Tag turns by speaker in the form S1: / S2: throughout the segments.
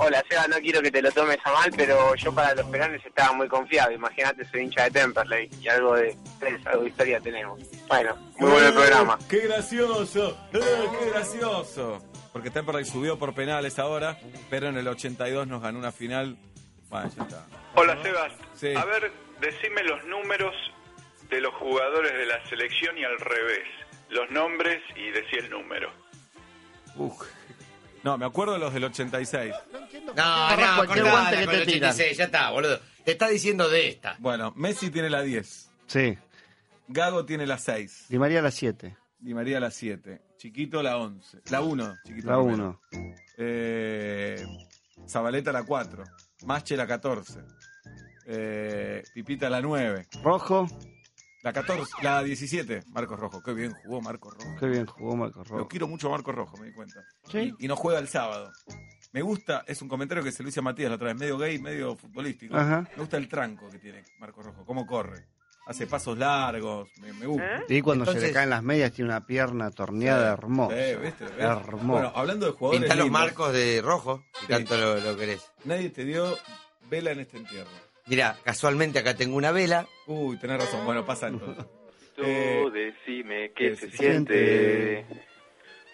S1: Hola, Seba, no quiero que te lo tomes a mal, pero yo para los penales estaba muy confiado. Imagínate, soy hincha de Temperley y algo de, tres, algo de historia tenemos. Bueno, muy bueno el programa.
S2: ¡Qué gracioso! ¡Eh, ¡Qué gracioso! Porque Temperley subió por penales ahora, pero en el 82 nos ganó una final. Bueno, ya está.
S3: Hola, Sebas.
S2: Sí.
S3: A ver, decime los números de los jugadores de la selección y al revés. Los nombres y decí el número.
S2: Uf. No, me acuerdo de los del 86.
S4: No, no,
S5: cualquier
S4: cortala
S5: guante que
S4: con el
S5: te tiran.
S4: 86, Ya está, boludo. Te está diciendo de esta.
S2: Bueno, Messi tiene la 10.
S5: Sí.
S2: Gago tiene la 6.
S5: Di María a las 7.
S2: Di María la 7. Chiquito la 11. La 1. Chiquito
S5: La
S2: Romero.
S5: 1.
S2: Eh, Zabaleta la 4. Mache la 14. Eh, Pipita la 9.
S5: Rojo.
S2: La 14. La 17. Marcos Rojo. Qué bien jugó Marcos Rojo.
S5: Qué bien jugó Marcos
S2: Lo
S5: Rojo.
S2: quiero mucho a Marcos Rojo, me di cuenta.
S5: Oh. Sí.
S2: Y, y no juega el sábado. Me gusta, es un comentario que se lo hice a Matías la otra vez, medio gay, medio futbolístico.
S5: Ajá.
S2: Me gusta el tranco que tiene Marcos Rojo, cómo corre. Hace pasos largos, me, me gusta.
S5: Y cuando se
S4: Entonces-
S5: le caen las medias tiene una pierna torneada hermosa.
S2: Eh, ¿viste? ¿Ves? Bueno,
S5: Hermosa.
S2: hablando de jugadores
S4: Pintá los
S2: lindos,
S4: marcos de rojo, si
S2: Sí.
S4: tanto lo, lo querés.
S2: nadie te dio vela en este entierro.
S4: Mirá, casualmente acá tengo una vela.
S2: Uy, tenés razón. Bueno, pasa entonces.
S6: Tú
S2: Eh,
S6: decime qué
S2: ¿qué
S6: se
S2: se
S6: siente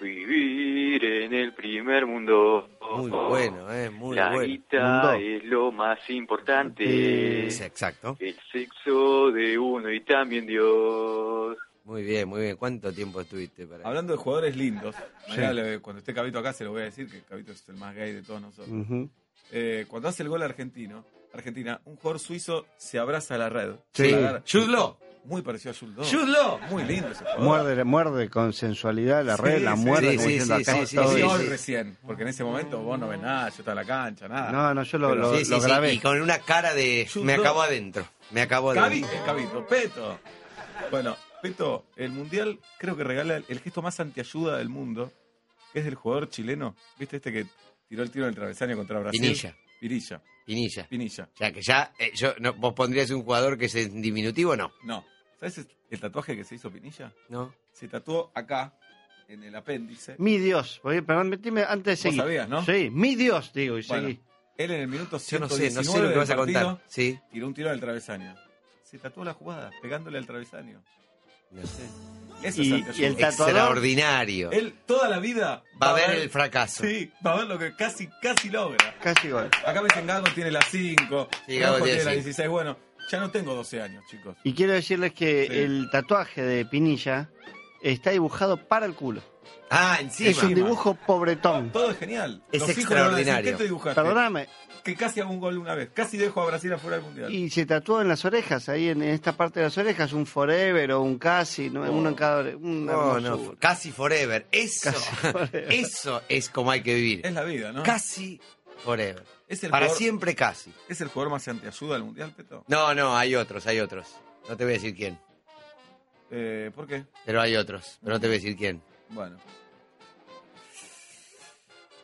S6: vivir en el primer mundo.
S4: Muy bueno, eh, muy
S6: La
S4: bueno.
S6: guita
S5: Mundo.
S6: es lo más importante.
S4: Sí, Exacto.
S6: El sexo de uno y también Dios.
S4: Muy bien, muy bien. ¿Cuánto tiempo estuviste para
S2: Hablando de jugadores lindos, mirá, le- cuando esté Cabito acá se lo voy a decir, que Cabito es el más gay de todos nosotros.
S5: Ujú.
S2: Eh, cuando hace el gol argentino, Argentina, un jugador suizo se abraza a la red.
S5: Sí.
S2: Se agarra-
S4: Chudlo,
S2: Muy parecido a Jules Dort.
S4: chudlo.
S2: Muy lindo ese jugador.
S5: Muerde, muerde con sensualidad la
S2: Sí,
S5: red, la
S2: sí,
S5: muerde
S4: sí,
S5: como
S4: sí,
S5: diciendo,
S4: sí,
S5: acá
S4: sí,
S2: Sí,
S5: estoy.
S4: sí,
S2: hoy
S4: sí.
S2: recién, porque en ese momento vos no ves nada, yo estaba en la cancha, nada.
S5: No, no, yo lo,
S2: Pero
S5: lo-
S4: Sí, sí,
S5: lo
S4: sí,
S5: grabé.
S4: Y con una cara de.
S2: Chudlo.
S4: Me acabo adentro. Me acabo
S2: Cabito,
S4: adentro.
S2: Cabito, Peto. Bueno, Peto, el Mundial creo que regala el gesto más antiayuda del mundo, que es del jugador chileno, ¿viste este que tiró el tiro del travesaño contra Brasil?
S4: Pinilla.
S2: Pirilla,
S4: Pinilla.
S2: Pinilla.
S4: O sea que ya. eh, yo, no, ¿Vos pondrías un jugador que es en diminutivo o no?
S2: No. ¿Sabes el tatuaje que se hizo Pinilla?
S4: No.
S2: Se tatuó acá, en el apéndice.
S5: Mi Dios, oye, perdón, metime antes de
S2: Vos
S5: seguir.
S2: sabías, ¿no?
S5: Sí, mi Dios, digo, y
S2: Bueno,
S5: seguí.
S2: Él en el minuto
S4: Yo no sé,
S2: 119
S4: no sé lo que
S2: del
S4: vas a contar.
S2: partido,
S4: Sí.
S2: tiró un tiro del travesaño. Se tatuó la jugada, pegándole al travesaño.
S4: No sé.
S2: Eso
S5: Y-
S2: es
S5: y
S2: antiayuda.
S5: el tatuador-
S4: Extraordinario.
S2: Él toda la vida
S4: Va a ver el fracaso.
S2: Sí, va a ver lo que casi, casi logra.
S5: Casi gol.
S2: Acá me dicen Gago tiene la 5,
S4: Sí, Gago
S2: Gago tiene
S4: tiene
S2: la
S4: cinco.
S2: 16. Bueno, ya no tengo 12 años, chicos.
S5: Y quiero decirles que
S2: Sí.
S5: el tatuaje de Pinilla está dibujado para el culo.
S4: Ah, encima.
S5: es un dibujo pobretón.
S2: Todo es genial.
S4: Es
S2: Los hijos me van a decir,
S4: extraordinario.
S2: ¿Qué te dibujaste?
S5: Perdóname,
S2: Que casi hago un gol una vez. Casi dejo a Brasil afuera del mundial.
S5: y se tatuó en las orejas, ahí en, en esta parte de las orejas, un forever o un casi,
S2: Oh.
S5: ¿no? uno en cada ore- una
S4: No, no,
S5: hermosura.
S4: casi forever. Eso,
S5: Casi forever.
S4: eso es como hay que vivir.
S2: Es la vida, ¿no?
S4: Casi forever.
S2: Es el,
S4: Para
S2: jugador,
S4: siempre casi.
S2: es el jugador más antiayuda del mundial, Peto.
S4: No, no, hay otros, hay otros. No te voy a decir quién,
S2: Eh, ¿Por qué?
S4: pero hay otros. Pero no te voy a decir quién.
S2: Bueno,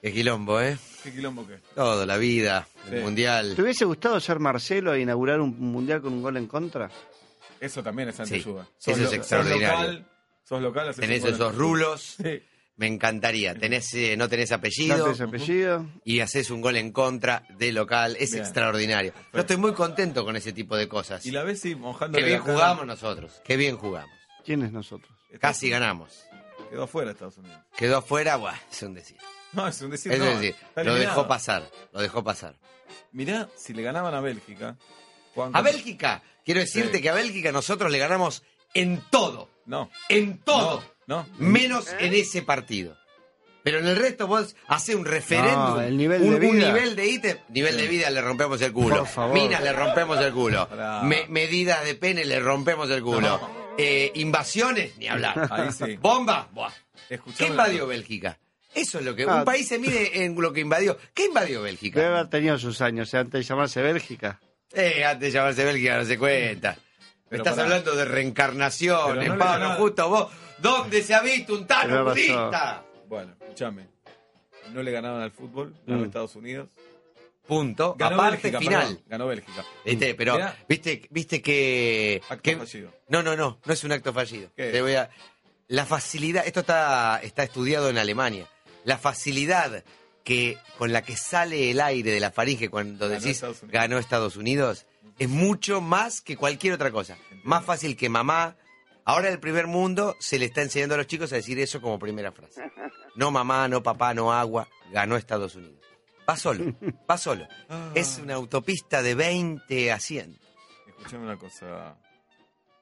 S4: Qué quilombo, ¿eh?
S2: qué quilombo que es.
S4: Todo, la vida, el
S2: Sí.
S5: ¿Te
S4: mundial.
S5: hubiese gustado ser Marcelo e inaugurar un mundial con un gol en contra?
S2: Eso también es antiayuda.
S4: Sí, eso es extraordinario.
S2: Local, sos local, haces
S4: Tenés
S2: un gol en
S4: esos
S2: contra.
S4: rulos.
S2: Sí.
S4: Me encantaría. Tenés, eh, no tenés apellido.
S5: Date ese apellido.
S4: y haces un gol en contra de local. Es
S2: Bien.
S4: extraordinario. Yo estoy muy contento con ese tipo de cosas.
S2: Y la ves sí, mojando
S4: Qué bien jugamos nosotros. Qué bien jugamos.
S5: ¿Quién es nosotros?
S4: Casi ganamos.
S2: Quedó afuera Estados Unidos.
S4: Quedó afuera, buah, es un decir.
S2: No, es un decir.
S4: es
S2: no,
S4: decir,
S2: está
S4: lo
S2: eliminado.
S4: dejó pasar, lo dejó pasar.
S2: Mirá, si le ganaban a Bélgica. Juan
S4: A Bélgica, quiero decirte
S2: Sí.
S4: que a Bélgica nosotros le ganamos en todo,
S2: No.
S4: en todo,
S2: No. no.
S4: menos en ese partido. Pero en el resto vos haces un referéndum,
S5: No, el nivel
S4: un,
S5: de
S4: un
S5: vida.
S4: nivel de ítem, nivel de vida le rompemos el culo,
S5: Por favor.
S4: minas le rompemos el culo,
S2: Pará.
S4: Me- medidas de pene le rompemos el culo,
S2: No.
S4: Eh, invasiones ni hablar,
S2: Ahí sí.
S4: bombas, buah. ¿Qué
S2: Escuchame la-
S4: invadió Bélgica? Eso es lo que un
S5: Ah.
S4: país se mide en lo que invadió. ¿Qué invadió Bélgica?
S5: Debe haber tenido sus años, o sea, antes de llamarse Bélgica.
S4: Eh, antes de llamarse Bélgica no se cuenta. Me
S2: Pero
S4: estás
S2: pará.
S4: hablando de
S2: Pero
S4: reencarnaciones,
S2: no le
S4: Pablo,
S2: ganaba.
S4: justo vos. ¿Dónde se ha visto un
S5: Tenés
S4: tano
S5: razón.
S4: budista?
S2: Bueno, escuchame. No le ganaban al fútbol, ganó
S5: Mm.
S2: Estados Unidos.
S4: Punto.
S2: Ganó
S4: Aparte
S2: Bélgica,
S4: final.
S2: perdón, ganó Bélgica.
S4: Viste, pero
S2: Mirá.
S4: viste, viste que,
S2: Acto
S4: que-
S2: fallido.
S4: No, no, no, no es un acto fallido.
S2: ¿Qué?
S4: Te voy a- La facilidad, esto está, está estudiado en Alemania. La facilidad que, con la que sale el aire de la faringe cuando
S2: Ganó
S4: decís
S2: Estados Unidos.
S4: ganó Estados Unidos es mucho más que cualquier otra cosa. Más fácil que mamá. Ahora en el primer mundo se le está enseñando a los chicos a decir eso como primera frase. No mamá, no papá, no agua. Ganó Estados Unidos. Va solo, va solo.
S2: Ah.
S4: Es una autopista de 20 a 100.
S2: Escuchame una cosa,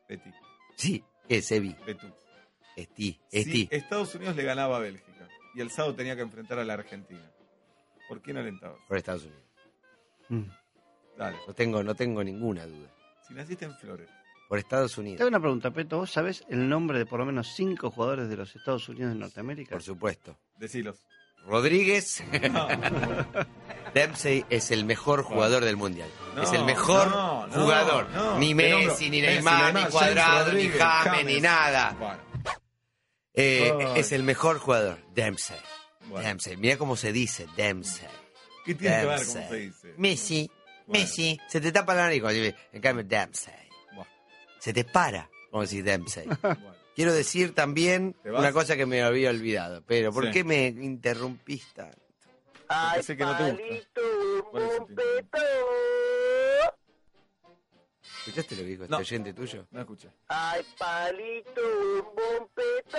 S2: Betty.
S4: Sí, ese vi.
S2: Betu.
S4: Esti,
S2: Si
S4: esti.
S2: Estados Unidos le ganaba a Bélgica y el sábado tenía que enfrentar a la Argentina, ¿por qué no alentabas?
S4: Por Estados Unidos.
S5: Mm.
S2: Dale,
S4: No tengo, no tengo ninguna duda.
S2: si naciste en Flores,
S4: Por Estados
S5: Te hago
S4: Unidos.
S5: una pregunta, Peto. ¿Vos sabés el nombre de por lo menos cinco jugadores de los Estados Unidos de Norteamérica?
S4: Por supuesto.
S2: decilos.
S4: Rodríguez.
S2: No,
S4: Dempsey es el mejor jugador del mundial.
S2: No,
S4: es el mejor
S2: no, no,
S4: jugador.
S2: no.
S4: Ni
S2: Te nombro
S4: Messi, ni Neymar, ni
S2: James
S4: Cuadrado, ni
S2: Rodríguez,
S4: James, ni nada.
S2: Bueno,
S4: Eh,
S2: Ay.
S4: es el mejor jugador. Dempsey.
S2: bueno.
S4: Dempsey. Mira cómo se dice Dempsey.
S2: ¿Qué tiene que ver cómo se
S4: Dempsey.
S2: dice?
S4: eh, Messi.
S2: Bueno.
S4: Messi. Se te tapa la nariz. cuando dices, En cambio, Dempsey.
S2: Bueno,
S4: Se te para. Como decir Dempsey.
S2: bueno.
S4: Quiero decir también
S2: ¿Te vas?
S4: una cosa que me había olvidado, pero ¿por
S2: Sí.
S4: qué me interrumpiste?
S2: Porque sé que no te gusta. Por eso te interrumpo.
S4: ¿Escuchaste lo que dijo
S2: No.
S4: este oyente tuyo?
S2: No escuché.
S1: Ay, palito, bombeto.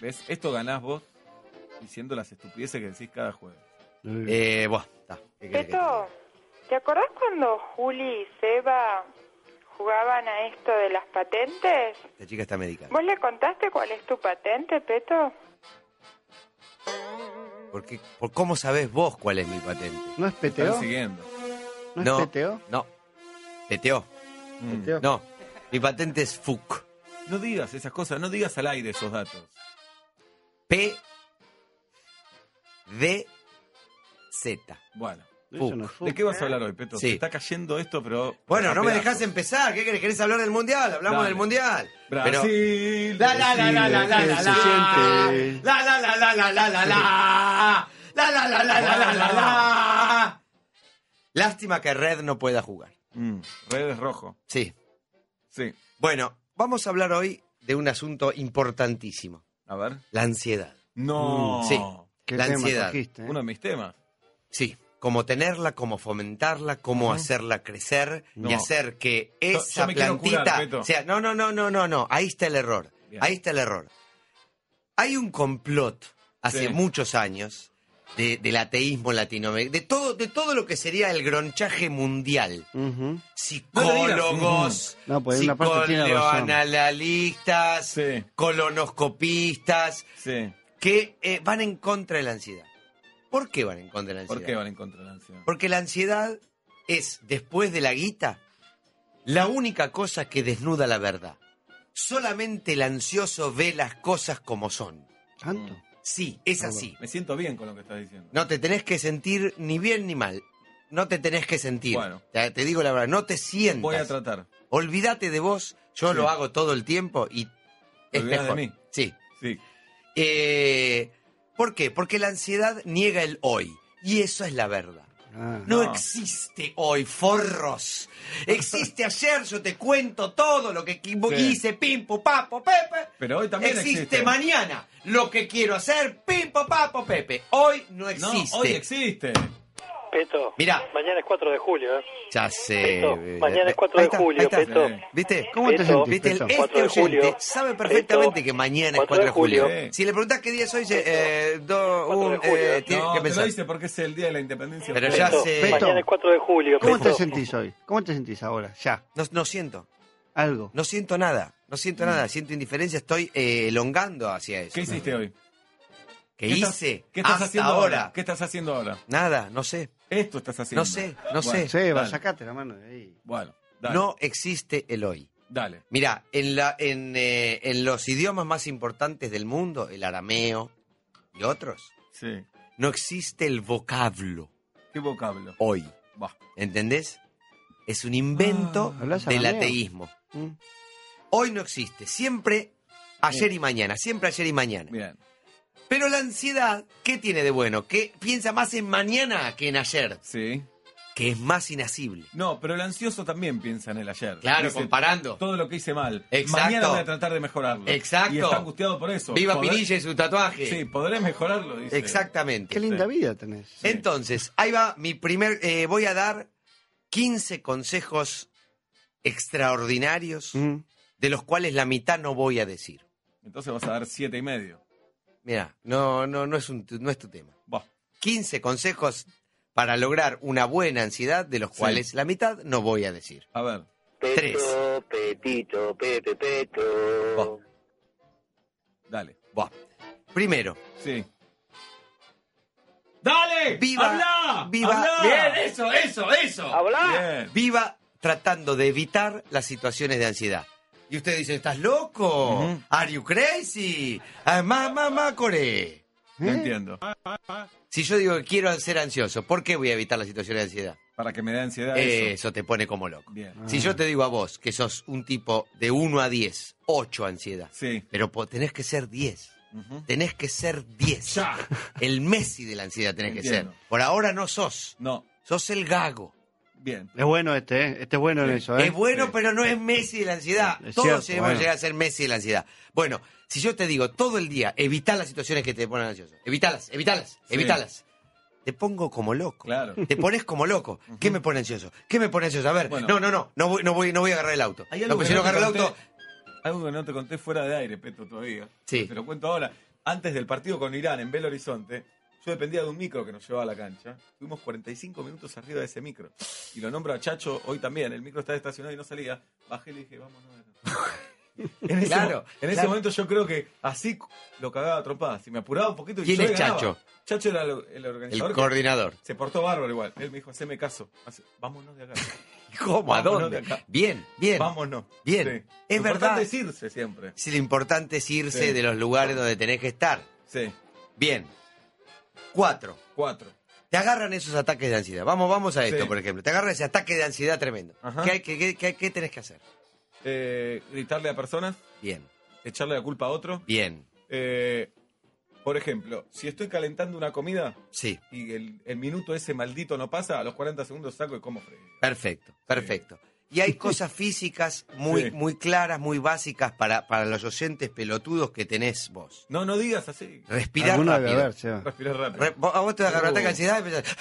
S2: ¿Ves? Esto ganás vos diciendo las estupideces que decís cada jueves.
S5: Eh,
S4: Eh, bueno, está. ¿Qué querés que te
S7: Beto, ¿te acordás cuando Juli y Seba jugaban a esto de las patentes?
S4: diga? Esta chica está medicada.
S7: ¿Vos le contaste cuál es tu patente, Peto?
S4: ¿Por, qué, ¿Por cómo sabés vos cuál es mi patente?
S5: ¿No es
S2: Te Están
S5: PTO?
S2: siguiendo.
S5: ¿No es PTO?
S4: No. PTO.
S2: Mm.
S5: PTO.
S4: No. Mi patente es FUC.
S2: No digas esas cosas, no digas al aire esos datos.
S4: P. D. Z.
S2: Bueno.
S5: Eso no es
S2: ¿De
S5: fútbol.
S2: qué vas a hablar hoy, Peto?
S4: Sí.
S2: Se está cayendo esto, pero.
S4: Bueno,
S2: a
S4: no me
S2: pedazos.
S4: dejás empezar. ¿Qué querés? ¿Querés hablar del mundial? Hablamos
S2: Dale.
S4: del mundial. Pero-
S2: Brasil.
S4: La la la la la la la la
S5: Se siente.
S4: la la la la la la la la la la la la la la la la Lástima que Red no pueda jugar.
S2: Mm, Redes rojo.
S4: Sí.
S2: Sí.
S4: Bueno, vamos a hablar hoy de un asunto importantísimo.
S2: A ver.
S4: La ansiedad.
S2: No.
S4: Sí.
S5: ¿Qué
S4: la
S5: tema
S4: ansiedad.
S5: cogiste, eh?
S2: Uno de mis temas.
S4: Sí. Cómo tenerla, cómo fomentarla, cómo hacerla crecer
S2: No.
S4: y hacer que
S2: yo
S4: esa
S2: me quiero curar,
S4: plantita
S2: Beto.
S4: sea. No, no, no, no, no, no. Ahí está el error.
S2: Bien.
S4: Ahí está el error. Hay un complot hace
S2: Sí.
S4: muchos años de- del ateísmo latinoamericano, de todo, de todo lo que sería el gronchaje mundial.
S5: Ujú.
S4: Psicólogos,
S5: No, pues en una parte tiene razón.
S4: psicoanalistas,
S2: Sí.
S4: colonoscopistas,
S2: Sí.
S4: que eh, van en contra de la ansiedad. ¿Por qué van en contra de la ansiedad?
S2: ¿Por qué van en contra de la ansiedad?
S4: Porque la ansiedad es, después de la guita, la única cosa que desnuda la verdad. Solamente el ansioso ve las cosas como son.
S2: Mm.
S5: ¿Tanto?
S4: Sí, es
S5: Ah,
S4: así.
S2: Me siento bien con lo que estás diciendo.
S4: No te tenés que sentir ni bien ni mal. No te tenés que sentir.
S2: Bueno.
S4: Te, te digo la verdad, no te sientas.
S2: Voy a tratar.
S4: Olvídate de vos, yo
S2: Sí.
S4: lo hago todo el tiempo y
S2: Te
S4: es
S2: olvidás de
S4: mejor.
S2: mí.
S4: Sí.
S2: Sí.
S4: Eh, ¿Por qué? Porque la ansiedad niega el hoy. Y eso es la verdad.
S5: Ah.
S4: No
S2: No.
S4: existe hoy, forros. Existe ayer, yo te cuento todo lo que qui-
S2: Sí.
S4: hice, pim, po, papo, pepe.
S2: Pero hoy también
S4: existe,
S2: existe.
S4: mañana lo que quiero hacer, pim, po, papo, pepe. Hoy no
S2: No,
S4: existe.
S2: hoy existe.
S8: Peto,
S4: Mirá.
S8: mañana es 4 de julio, ¿eh?
S4: Ya sé.
S8: Peto,
S4: eh,
S8: mañana es 4
S4: ahí
S8: de
S4: está,
S8: julio,
S4: ahí está.
S8: Peto.
S2: Sí.
S4: ¿Viste?
S5: ¿Cómo te
S8: Esto-
S5: sentís,
S4: ¿Viste? El-
S5: Peto?
S8: es-
S4: Este
S8: 4 de
S4: oyente
S8: julio.
S4: sabe perfectamente
S8: Esto,
S4: que mañana
S8: 4
S4: es 4 de
S8: de
S4: julio.
S2: julio.
S4: Si le preguntás qué día es hoy, dice, eh, do-
S8: 4 de
S4: un,
S8: julio.
S4: eh, tiene
S2: No,
S4: que
S2: te lo
S4: pensar.
S2: dice porque es el día de la independencia.
S4: Pero
S2: de
S4: ya
S2: Perú.
S8: Peto,
S4: sé.
S8: Mañana es 4 de julio,
S5: ¿Cómo
S8: Peto.
S5: te sentís hoy? ¿Cómo te sentís ahora? Ya,
S4: No, no siento,
S5: algo.
S4: no siento nada, no siento nada, siento indiferencia, estoy eh, elongando hacia eso.
S2: ¿Qué hiciste hoy?
S4: ¿Qué
S2: estás-
S4: hice?
S2: ¿Qué estás
S4: hasta
S2: haciendo
S4: ahora?
S2: ¿Qué estás haciendo ahora?
S4: Nada, no sé.
S2: Esto estás haciendo.
S4: No sé,
S2: Bueno,
S4: no sé.
S5: Seba,
S2: dale.
S5: sacate la mano de ahí.
S2: Bueno, dale.
S4: No existe el hoy.
S2: Dale.
S4: Mira, en, la, en, eh, en los idiomas más importantes del mundo, el arameo y otros,
S2: Sí.
S4: no existe el vocablo
S2: ¿Qué vocablo?
S4: hoy.
S2: Va.
S4: ¿Entendés? Es un invento
S5: Ah, ¿hablas
S4: del
S5: arameo?
S4: ateísmo.
S5: Mm.
S4: Hoy no existe, siempre ayer y mañana, siempre ayer y mañana.
S2: Bien.
S4: Pero la ansiedad, ¿qué tiene de bueno? Que piensa más en mañana que en ayer.
S2: Sí.
S4: que es más inasible.
S2: No, pero el ansioso también piensa en el ayer.
S4: Claro,
S2: Dice,
S4: comparando.
S2: Todo lo que hice mal.
S4: Exacto.
S2: Mañana voy a tratar de mejorarlo.
S4: Exacto.
S2: Y está angustiado por eso.
S4: Viva
S2: Podré-
S4: Pinilla y su tatuaje.
S2: Sí, podré mejorarlo, dice.
S5: Qué
S4: Exactamente.
S5: linda vida tenés.
S4: Entonces, ahí va mi primer. eh, voy a dar 15 consejos extraordinarios,
S5: Mm.
S4: de los cuales la mitad no voy a decir.
S2: Entonces vas a dar siete y medio.
S4: Mira, no, no, no, es un, tu- no es tu tema.
S2: Buah.
S4: 15 consejos para lograr una buena ansiedad, de los
S2: Sí.
S4: cuales la mitad no voy a decir.
S2: A ver.
S4: Tres.
S1: Petito, Pepe, Peto.
S4: Buah,
S2: Dale.
S4: buah. Primero,
S2: Sí. ¡Dale!
S4: Viva,
S2: ¡Habla!
S4: viva.
S2: ¡Habla!
S4: Bien,
S2: eso, eso, eso.
S4: Ah.
S2: ¡Habla!
S4: viva tratando de evitar las situaciones de ansiedad. Y ustedes dicen, ¿estás loco?
S2: Ujú.
S4: ¿Are you crazy? Ah, Mamá, mamá, core.
S5: ¿Eh?
S2: No entiendo.
S4: Si yo digo que quiero ser ansioso, ¿por qué voy a evitar la situación de ansiedad?
S2: Para que me dé ansiedad
S4: Eh,
S2: eso. Ah.
S4: eso te pone como loco.
S2: Bien.
S4: Si yo te digo a vos que sos un tipo de 1 a 10, 8 ansiedad,
S2: Sí.
S4: pero po- tenés que ser 10.
S2: Ujú.
S4: Tenés que ser 10.
S2: Ya.
S4: El Messi de la ansiedad tenés
S2: Entiendo.
S4: que ser. Por ahora no sos.
S2: No.
S4: Sos el gago.
S2: Bien.
S5: Es bueno este, ¿eh? Este es bueno en eso, ¿eh?
S4: Es bueno,
S2: Sí.
S4: pero no es Messi de la ansiedad.
S5: Es
S4: Todos tenemos
S5: cierto,
S4: que
S5: bueno.
S4: llegar a ser Messi de la ansiedad. Bueno, si yo te digo todo el día, evita las situaciones que te ponen ansioso. Evitalas, evitalas,
S2: Sí.
S4: evitalas. Te pongo como loco.
S2: Claro.
S4: Te pones como loco. ¿Qué me pone ansioso? ¿Qué me pone ansioso? A ver,
S2: Bueno.
S4: no, no, no, no voy, no voy, no voy a agarrar el auto.
S2: Hay
S4: No,
S2: algo
S4: pero
S2: que
S4: si no
S2: no te
S4: agarro el auto,
S2: conté- Algo que no te conté fuera de aire, Peto, todavía.
S4: Sí.
S2: Te lo cuento ahora. Antes del partido con Irán en Belo Horizonte, yo dependía de un micro que nos llevaba a la cancha. Fuimos 45 minutos arriba de ese micro. Y lo nombro a Chacho hoy también. El micro estaba estacionado y no salía. Bajé y le dije, vámonos. En ese,
S4: Claro,
S2: mo- en ese
S4: claro.
S2: momento yo creo que así lo cagaba a trompadas. Si me apuraba un poquito y
S4: ¿Quién
S2: yo
S4: es
S2: le ganaba.
S4: Chacho?
S2: Chacho era lo- el
S4: el
S2: organizador. que
S4: coordinador.
S2: se portó bárbaro igual. Él me dijo, haceme caso. Hace- vámonos de acá.
S4: ¿Cómo? ¿A
S2: Vámonos de
S4: dónde?
S2: acá.
S4: Bien, bien.
S2: Vámonos.
S4: Bien. Es
S2: Lo importante
S4: verdad.
S2: es irse siempre.
S4: Si lo importante es irse
S2: Sí.
S4: de los lugares donde tenés que estar.
S2: Sí.
S4: Bien. Cuatro.
S2: Cuatro.
S4: Te agarran esos ataques de ansiedad. Vamos, vamos a esto,
S2: Sí.
S4: por ejemplo. Te agarran ese ataque de ansiedad tremendo.
S2: Ajá.
S4: ¿Qué, hay que- qué- qué- qué tenés que hacer?
S2: Eh, gritarle a personas,
S4: Bien,
S2: echarle la culpa a otro.
S4: bien.
S2: Eh, por ejemplo, si estoy calentando una comida
S4: Sí,
S2: y el, el minuto ese maldito no pasa, a los 40 segundos saco y como fregué.
S4: perfecto, perfecto. Y hay cosas físicas muy,
S2: Sí.
S4: muy claras, muy básicas para, para los oyentes pelotudos que tenés vos.
S2: No, no digas así.
S4: Respirar
S5: Alguno debe
S4: rápido.
S5: haber, Seba.
S2: Respirar rápido.
S4: Re- vos- a vos te agarra un ataque de
S2: Uh.
S4: ansiedad y pensás,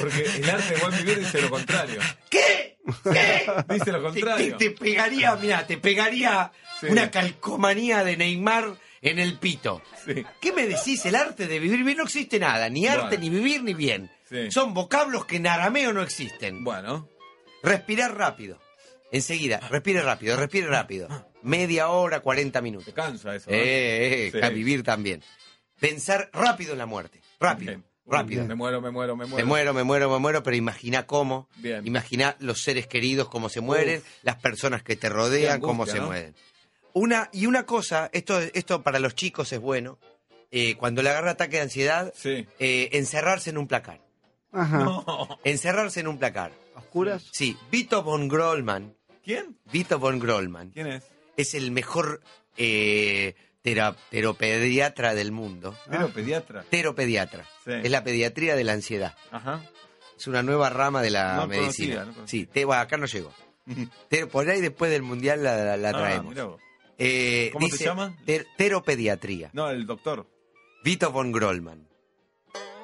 S2: Porque el arte de buen vivir dice lo contrario.
S4: ¿qué? ¿Qué?
S2: Dice lo
S4: Te,
S2: contrario.
S4: te- te pegaría, mira, te pegaría
S2: Sí.
S4: una calcomanía de Neymar en el pito.
S2: Sí.
S4: ¿Qué me decís? El arte de vivir bien no existe nada, ni arte,
S2: Bueno.
S4: ni vivir, ni bien.
S2: Sí.
S4: Son vocablos que en arameo no existen.
S2: Bueno,
S4: Respirar rápido. Enseguida, respire rápido, respire rápido. Media hora, 40
S2: te
S4: minutos.
S2: cansa eso. ¿no?
S4: Eh, eh,
S2: Sí.
S4: a vivir también. Pensar rápido en la muerte. Rápido,
S2: Bien.
S4: rápido.
S2: Me muero, me muero, me muero.
S4: Me muero, me muero, me muero, pero imagina cómo.
S2: Bien.
S4: Imagina los seres queridos cómo se mueren,
S2: Uf.
S4: las personas que te
S2: Qué
S4: rodean,
S2: angustia,
S4: cómo se
S2: ¿no?
S4: mueren. Una, y una cosa, esto, esto para los chicos es bueno, eh, cuando le agarra ataque de ansiedad,
S2: Sí.
S4: eh, encerrarse en un placar. Ah.
S5: Ajá.
S2: No.
S4: Encerrarse en un placar.
S5: ¿A ¿Oscuras?
S4: Sí, Vito von Grolman,
S2: ¿Quién?
S4: Vito von Grolman,
S2: ¿Quién es?
S4: es el mejor eh, tera- teropediatra del mundo.
S2: Pero pediatra.
S4: Teropediatra.
S2: Sí.
S4: Es la pediatría de la ansiedad.
S2: Ajá.
S4: Es una nueva rama de la
S2: No
S4: medicina.
S2: conocida, no conocida.
S4: sí, te, bueno, acá no llegó. Te- por ahí después del mundial la, la- la
S2: Ah,
S4: traemos.
S2: mirá vos.
S4: Eh,
S2: ¿Cómo se
S4: dice
S2: llama?
S4: ter- teropediatría.
S2: No, el doctor.
S4: Vito von Grolman.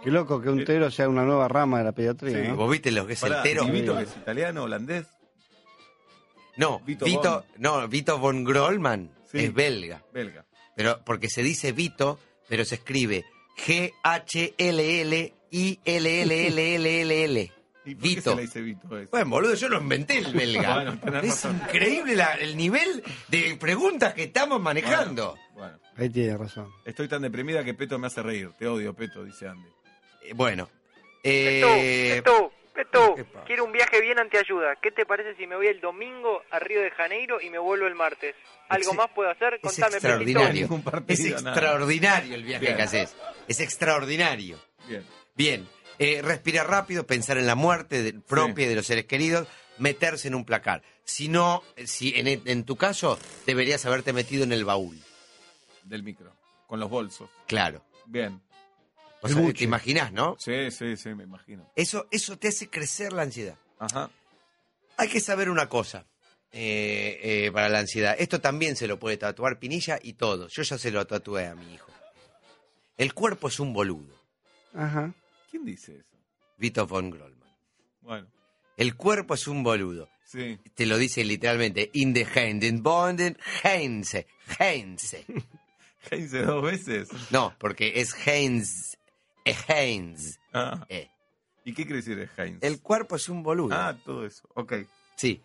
S5: Qué loco que un tero sea una nueva rama de la pediatría,
S2: Sí,
S5: ¿no?
S4: ¿Vos viste lo que es
S2: Pará,
S4: el tero?
S2: ¿y Vito, que es italiano, holandés.
S4: No, Vito,
S2: Vito
S4: no, Vito von Grolman
S2: Sí.
S4: es belga.
S2: Belga.
S4: Pero porque se dice Vito, pero se escribe G-H-L-L-I-L-L-L-L-L.
S2: ¿Y por qué
S4: Vito.
S2: se le dice Vito eso?
S4: Bueno, boludo, yo lo inventé el belga.
S2: Bueno, tenés
S4: es
S2: razón.
S4: increíble la- el nivel de preguntas que estamos manejando.
S2: Bueno, bueno.
S5: Ahí tiene razón.
S2: estoy tan deprimida que Peto me hace reír. Te odio, Peto, dice Andy.
S4: Eh, Bueno. Eh,
S9: Petó, Petó,
S4: Epa.
S9: quiero un viaje bien antiayuda. ¿Qué te parece si me voy el domingo a Río de Janeiro y me vuelvo el martes? ¿Algo
S4: Ex-
S9: más puedo hacer?
S4: es
S9: Contame, Petito.
S4: extraordinario.
S2: ningún partido,
S4: Es
S2: nada.
S4: extraordinario el viaje
S2: Bien.
S4: que haces. Es extraordinario.
S2: Bien.
S4: Bien. eh, respirar rápido, pensar en la muerte de- propia de los seres queridos, meterse en un placar. Si no, eh, si en, en tu caso, deberías haberte metido en el baúl.
S2: Del micro. Con los bolsos.
S4: Claro.
S2: Bien.
S4: O
S2: El
S4: sea,
S2: buche.
S4: te imaginás, ¿no?
S2: Sí, sí, sí, me imagino.
S4: Eso, eso te hace crecer la ansiedad.
S2: Ajá.
S4: Hay que saber una cosa eh, eh, para la ansiedad. Esto también se lo puede tatuar Pinilla y todo. Yo ya se lo tatué a mi hijo. El cuerpo es un boludo.
S5: Ajá.
S2: ¿Quién dice eso?
S4: Vito von Grolman.
S2: Bueno,
S4: El cuerpo es un boludo.
S2: sí.
S4: Te lo dice literalmente. In the hand, in bonden, Heinze, Heinze.
S2: Heinze dos veces.
S4: No, porque es Heinz. eh, Heinz.
S2: Ah.
S4: eh.
S2: ¿Y qué quiere decir el Heinz?
S4: El cuerpo es un boludo.
S2: Ah, todo eso. Ok.
S4: Sí.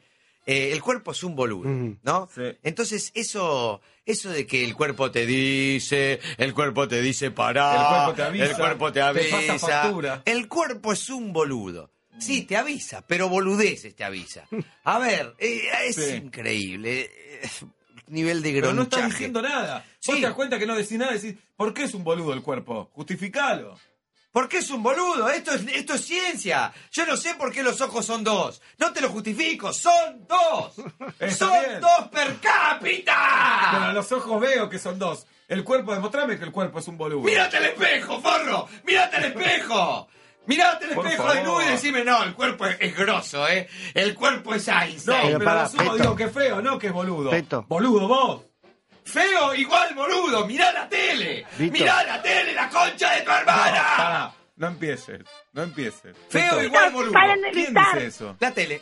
S4: Eh, el cuerpo es un boludo,
S5: Ujú.
S4: ¿no?
S2: Sí.
S4: Entonces, eso, eso de que el cuerpo te dice, el cuerpo te dice
S2: El
S4: pará,
S2: cuerpo te avisa,
S4: el cuerpo te
S2: te pasa
S4: avisa.
S2: factura.
S4: el cuerpo es un boludo. Sí, te avisa, pero boludeces te avisa. A ver, eh, es
S2: Sí.
S4: increíble. eh, Nivel de
S2: Pero no estás
S4: gronchaje.
S2: diciendo nada. Vos
S4: Sí.
S2: te das cuenta que no decís nada, decís, ¿por qué es un boludo el cuerpo? Justificalo.
S4: ¿Por qué es un boludo? Esto es, esto es ciencia. Yo no sé por qué los ojos son dos. No te lo justifico. Son dos.
S2: Está
S4: son
S2: bien.
S4: dos per cápita.
S2: Pero a los ojos veo que son dos. El cuerpo, demostrame que el cuerpo es un boludo.
S4: Mírate al espejo, forro. Mírate al espejo. Mírate al
S2: Por
S4: espejo
S2: favor.
S4: desnudo y decime, no, el cuerpo es, es grosso, ¿eh? El cuerpo es
S2: No, eh.
S4: Einstein.
S2: pero,
S5: Pero pará,
S2: a lo sumo
S5: Peto.
S2: digo que es feo, no que es boludo.
S5: Peto.
S2: Boludo vos.
S4: Feo igual, boludo. Mirá la tele.
S5: Vito.
S4: Mirá la tele, la concha de tu
S2: No,
S4: hermana.
S2: pará, no empieces, no empieces.
S4: Feo
S2: Peto,
S4: igual, boludo.
S7: paren de
S2: ¿Quién
S7: gritar.
S2: dice eso?
S4: La tele.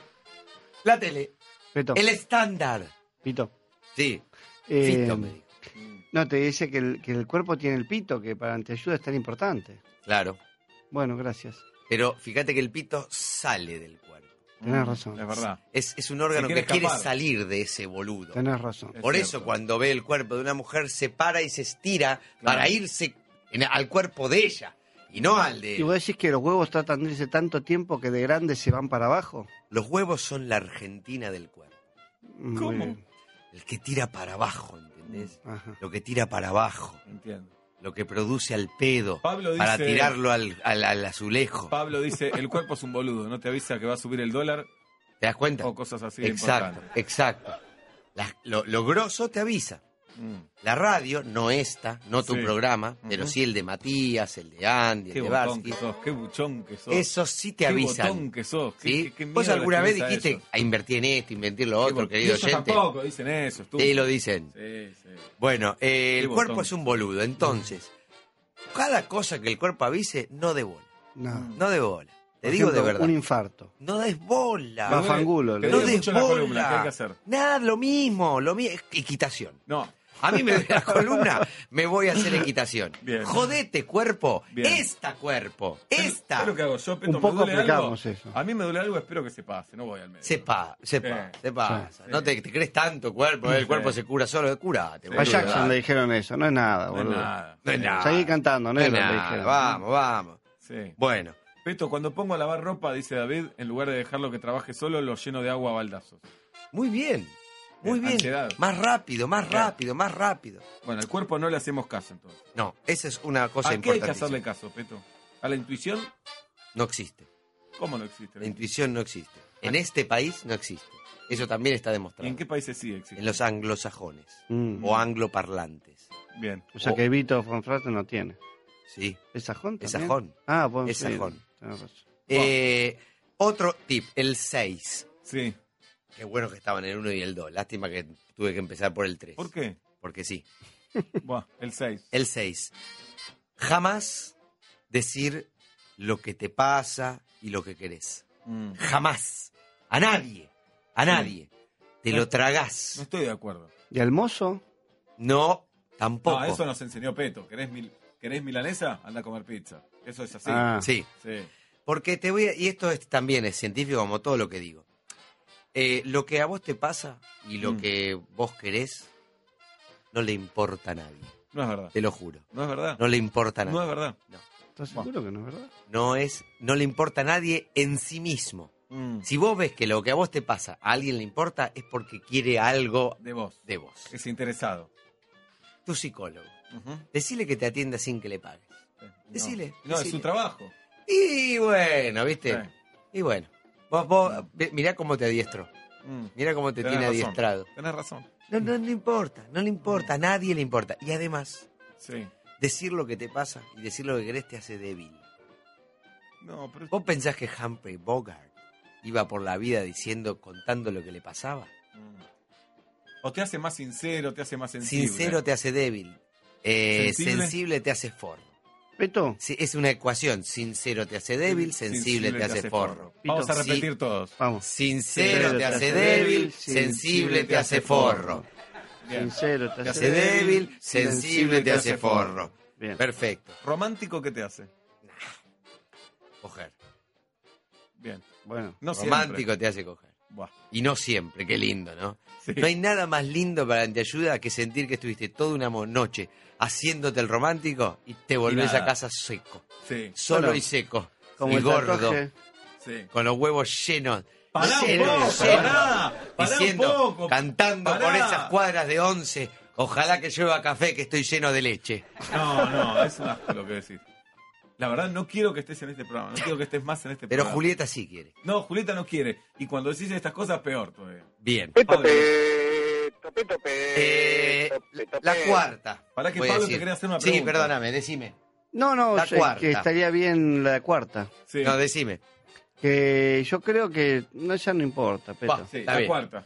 S4: La tele.
S5: Pito,
S4: El estándar.
S5: Pito.
S4: Sí.
S5: Eh,
S4: Fito, me dijo.
S5: no, te dice que el, que el cuerpo tiene el pito, que para ante ayuda es tan importante.
S4: Claro.
S5: Bueno, gracias.
S4: Pero fíjate que el pito sale del cuerpo.
S5: Tenés
S2: Mm,
S5: razón.
S2: Es verdad.
S4: Es, es un
S2: Se
S4: órgano que
S2: quiere
S4: quiere
S2: escapar.
S4: salir de ese boludo.
S5: Tenés razón.
S2: Es
S4: Por eso
S2: cierto.
S4: cuando ve el cuerpo de una mujer se para y se estira para irse en- al cuerpo de ella y no al de...
S5: ¿Y vos decís que los huevos tratan de irse tanto tiempo que de grandes se van para abajo?
S4: Los huevos son la Argentina del cuerpo.
S5: Muy
S2: ¿Cómo?
S5: bien.
S4: El que tira para abajo,
S2: Mm.
S4: ¿entendés?
S5: Ajá.
S4: Lo que tira para abajo,
S2: Entiendo.
S4: lo que produce al pedo
S2: Pablo dice-
S4: para tirarlo al, al- al azulejo.
S2: Pablo dice, el cuerpo es un boludo, no te avisa que va a subir el dólar
S4: ¿Te das cuenta?
S2: o cosas así de
S4: exacto,
S2: importantes.
S4: exacto. La- lo, lo grosso te avisa.
S2: Mm,
S4: La radio, no esta, no tu
S2: Sí.
S4: programa, pero
S2: Ujú.
S4: sí el de Matías, el de Andy,
S2: Qué
S4: el de
S2: botón
S4: Barsky.
S2: que sos, qué buchón que sos.
S4: Eso sí te
S2: qué
S4: avisan.
S2: botón que sos. qué-
S4: ¿Sí?
S2: qué- qué
S4: Vos
S2: miedo le
S4: alguna vez
S2: tenés a
S4: dijiste
S2: eso.
S4: a invertir en esto, invertir lo
S2: Qué
S4: otro,
S2: bo-
S4: querido
S2: ellos
S4: oyente.
S2: tampoco dicen eso, tú.
S4: Sí, lo dicen.
S2: Sí, sí.
S4: Bueno, eh,
S2: Qué
S4: el
S2: botón.
S4: cuerpo es un boludo. Entonces, cada cosa que el cuerpo avise, no de bola.
S5: No.
S4: No de bola. Te
S5: Por
S4: digo de
S5: ejemplo,
S4: verdad.
S5: Un infarto.
S4: No des bola.
S5: Me duele-
S2: Te
S5: Bafangulo, lo
S4: No
S2: duele
S4: des
S2: mucho la columna, ¿qué hay que
S4: bola.
S2: hacer?
S4: Nada, lo mismo. Lo mismo. Equitación.
S2: No,
S4: A mí me duele la columna, me voy a hacer equitación.
S2: Bien.
S4: Jodete, cuerpo.
S2: Bien.
S4: Esta, cuerpo. Esta.
S2: Es lo que hago yo, Peto,
S5: Un
S2: me
S5: poco
S2: duele algo.
S5: aplicamos eso.
S2: A mí me duele algo, espero que se pase, no voy al médico.
S4: Sepa, sepa,
S2: Eh,
S4: sepa.
S2: sí.
S4: No te, te crees tanto cuerpo, eh, el
S2: Sí.
S4: cuerpo se cura solo, curate.
S5: A
S4: boludo,
S5: Jackson
S4: dale.
S5: le dijeron eso, no es nada,
S2: No es
S5: boludo.
S2: nada.
S4: No es nada.
S5: Seguí cantando,
S4: No es
S5: negro, le
S4: nada,
S5: dijeron.
S4: Vamos, vamos.
S2: Sí.
S4: Bueno,
S2: Peto, cuando pongo a lavar ropa, dice David, en lugar de dejarlo que trabaje solo, lo lleno de agua a baldazos.
S4: muy bien. Muy
S2: Eh,
S4: bien.
S2: ansiedad.
S4: Más rápido, más
S2: Claro.
S4: rápido, más rápido.
S2: Bueno, al cuerpo no le hacemos caso entonces.
S4: No, esa es una cosa
S2: ¿A qué hay que
S4: importante.
S2: hacerle caso, Peto? ¿A la intuición?
S4: No existe.
S2: ¿Cómo no existe?
S4: La intuición no existe. En este país no existe. Eso también está
S2: ¿Y
S4: demostrado.
S2: en qué países sí existe?
S4: En los anglosajones
S5: Mm.
S4: o angloparlantes.
S2: Bien.
S5: O sea que Vito von Fraten no tiene.
S4: Sí.
S5: ¿Es sajón
S4: Es
S5: también?
S4: sajón.
S5: Ah, bueno,
S4: Es
S5: sí,
S4: sajón.
S5: tenés razón.
S4: Eh, otro tip, el 6.
S2: Sí.
S4: Qué bueno que estaban el 1 y el 2. Lástima que tuve que empezar por el 3.
S2: ¿Por qué?
S4: Porque sí.
S2: Buah, el 6.
S4: El 6. Jamás decir lo que te pasa y lo que querés.
S2: Mm.
S4: Jamás. A nadie. A nadie. Te lo
S2: No
S4: tragás.
S2: estoy de acuerdo.
S5: ¿Y al mozo?
S4: No, tampoco.
S2: No, eso nos enseñó Peto. ¿Querés, mil- ¿Querés milanesa? Anda a comer pizza. Eso es así.
S5: Ah.
S4: Sí.
S2: Sí.
S4: Porque te voy a- Y esto es, también es científico como todo lo que digo. Eh, lo que a vos te pasa y lo
S2: Mm.
S4: que vos querés no le importa a nadie.
S2: No es verdad.
S4: Te lo juro.
S2: No es verdad.
S4: No le importa a
S2: No es
S4: nadie.
S2: verdad.
S5: ¿Estás
S2: Bueno.
S5: seguro que no es verdad?
S4: No, es, no le importa a nadie en sí mismo.
S2: Mm.
S4: Si vos ves que lo que a vos te pasa a alguien le importa es porque quiere algo
S2: De vos.
S4: de vos.
S2: Es interesado.
S4: Tu psicólogo.
S2: Ujú. Eh,
S4: Decile que te atienda sin que le pagues.
S2: No.
S4: Decile,
S2: No, es
S4: decile.
S2: su trabajo. Eh,
S4: Y bueno, ¿viste?
S2: Sí.
S4: Y bueno. Vos, vos, ve- mirá cómo te adiestro.
S2: Mm.
S4: Mirá cómo te
S2: Tenés
S4: tiene
S2: razón.
S4: adiestrado.
S2: Tenés razón.
S4: No, no le importa, no le importa, a nadie le importa. Y además,
S2: Sí.
S4: Decir lo que te pasa y decir lo que querés te hace débil.
S2: No, pero
S4: ¿Vos pensás que Humphrey Bogart iba por la vida diciendo, contando lo que le pasaba?
S2: Mm. O te hace más sincero, te hace más sensible.
S4: Sincero te hace débil. Eh,
S2: Sensible.
S4: sensible. te hace forro.
S5: Peto,
S4: Sí, es una ecuación. Sincero te hace débil, sensible, te, hace, forro.
S2: Vamos a
S4: Sí.
S2: repetir todos.
S5: vamos.
S4: Sincero te hace débil, sensible te hace forro.
S2: Bien.
S5: Sincero, te
S4: Te hace débil, sensible te hace forro.
S5: Bien.
S4: Perfecto.
S2: Romántico, ¿qué te hace?
S4: Coger.
S2: Bien.
S5: Bueno,
S2: No siempre.
S4: Romántico te hace coger.
S2: Buah,
S4: Y no siempre, qué lindo, ¿no?
S2: sí.
S4: No hay nada más lindo para te ayuda que sentir que estuviste toda una mo- noche haciéndote el romántico y te volvés
S2: nada.
S4: a casa seco.
S2: Sí,
S4: Solo
S5: Bueno,
S4: y seco.
S5: como
S4: y
S5: el
S4: gordo.
S5: tatuaje.
S2: sí.
S4: Con los huevos llenos.
S2: Pará un
S4: Lleno,
S2: poco,
S4: lleno.
S2: pará. Pará un
S4: Diciendo,
S2: poco.
S4: cantando
S2: pará.
S4: por esas cuadras de once. Ojalá que llueva café que estoy lleno de leche.
S2: No, no, es un asco lo que decís. La verdad, no quiero que estés en este programa. No quiero que estés más en este
S4: Pero
S2: programa.
S4: Julieta sí quiere.
S2: No, Julieta no quiere. Y cuando decís estas cosas, peor todavía.
S4: Bien.
S2: Pablo,
S1: Peto, peto,
S4: Eh,
S1: peto, peto,
S4: la
S1: peto.
S4: cuarta.
S2: Pará que
S4: voy a
S2: Pablo te
S4: decir.
S2: quería hacer una
S4: Sí,
S2: pregunta.
S4: perdóname, decime.
S5: No, no,
S4: La
S5: sé que
S4: cuarta.
S5: estaría bien la cuarta.
S2: sí.
S4: No, decime.
S5: Que yo creo que no, ya no importa, Peto.
S4: Va.
S2: Sí,
S4: está
S2: la
S4: bien.
S2: cuarta.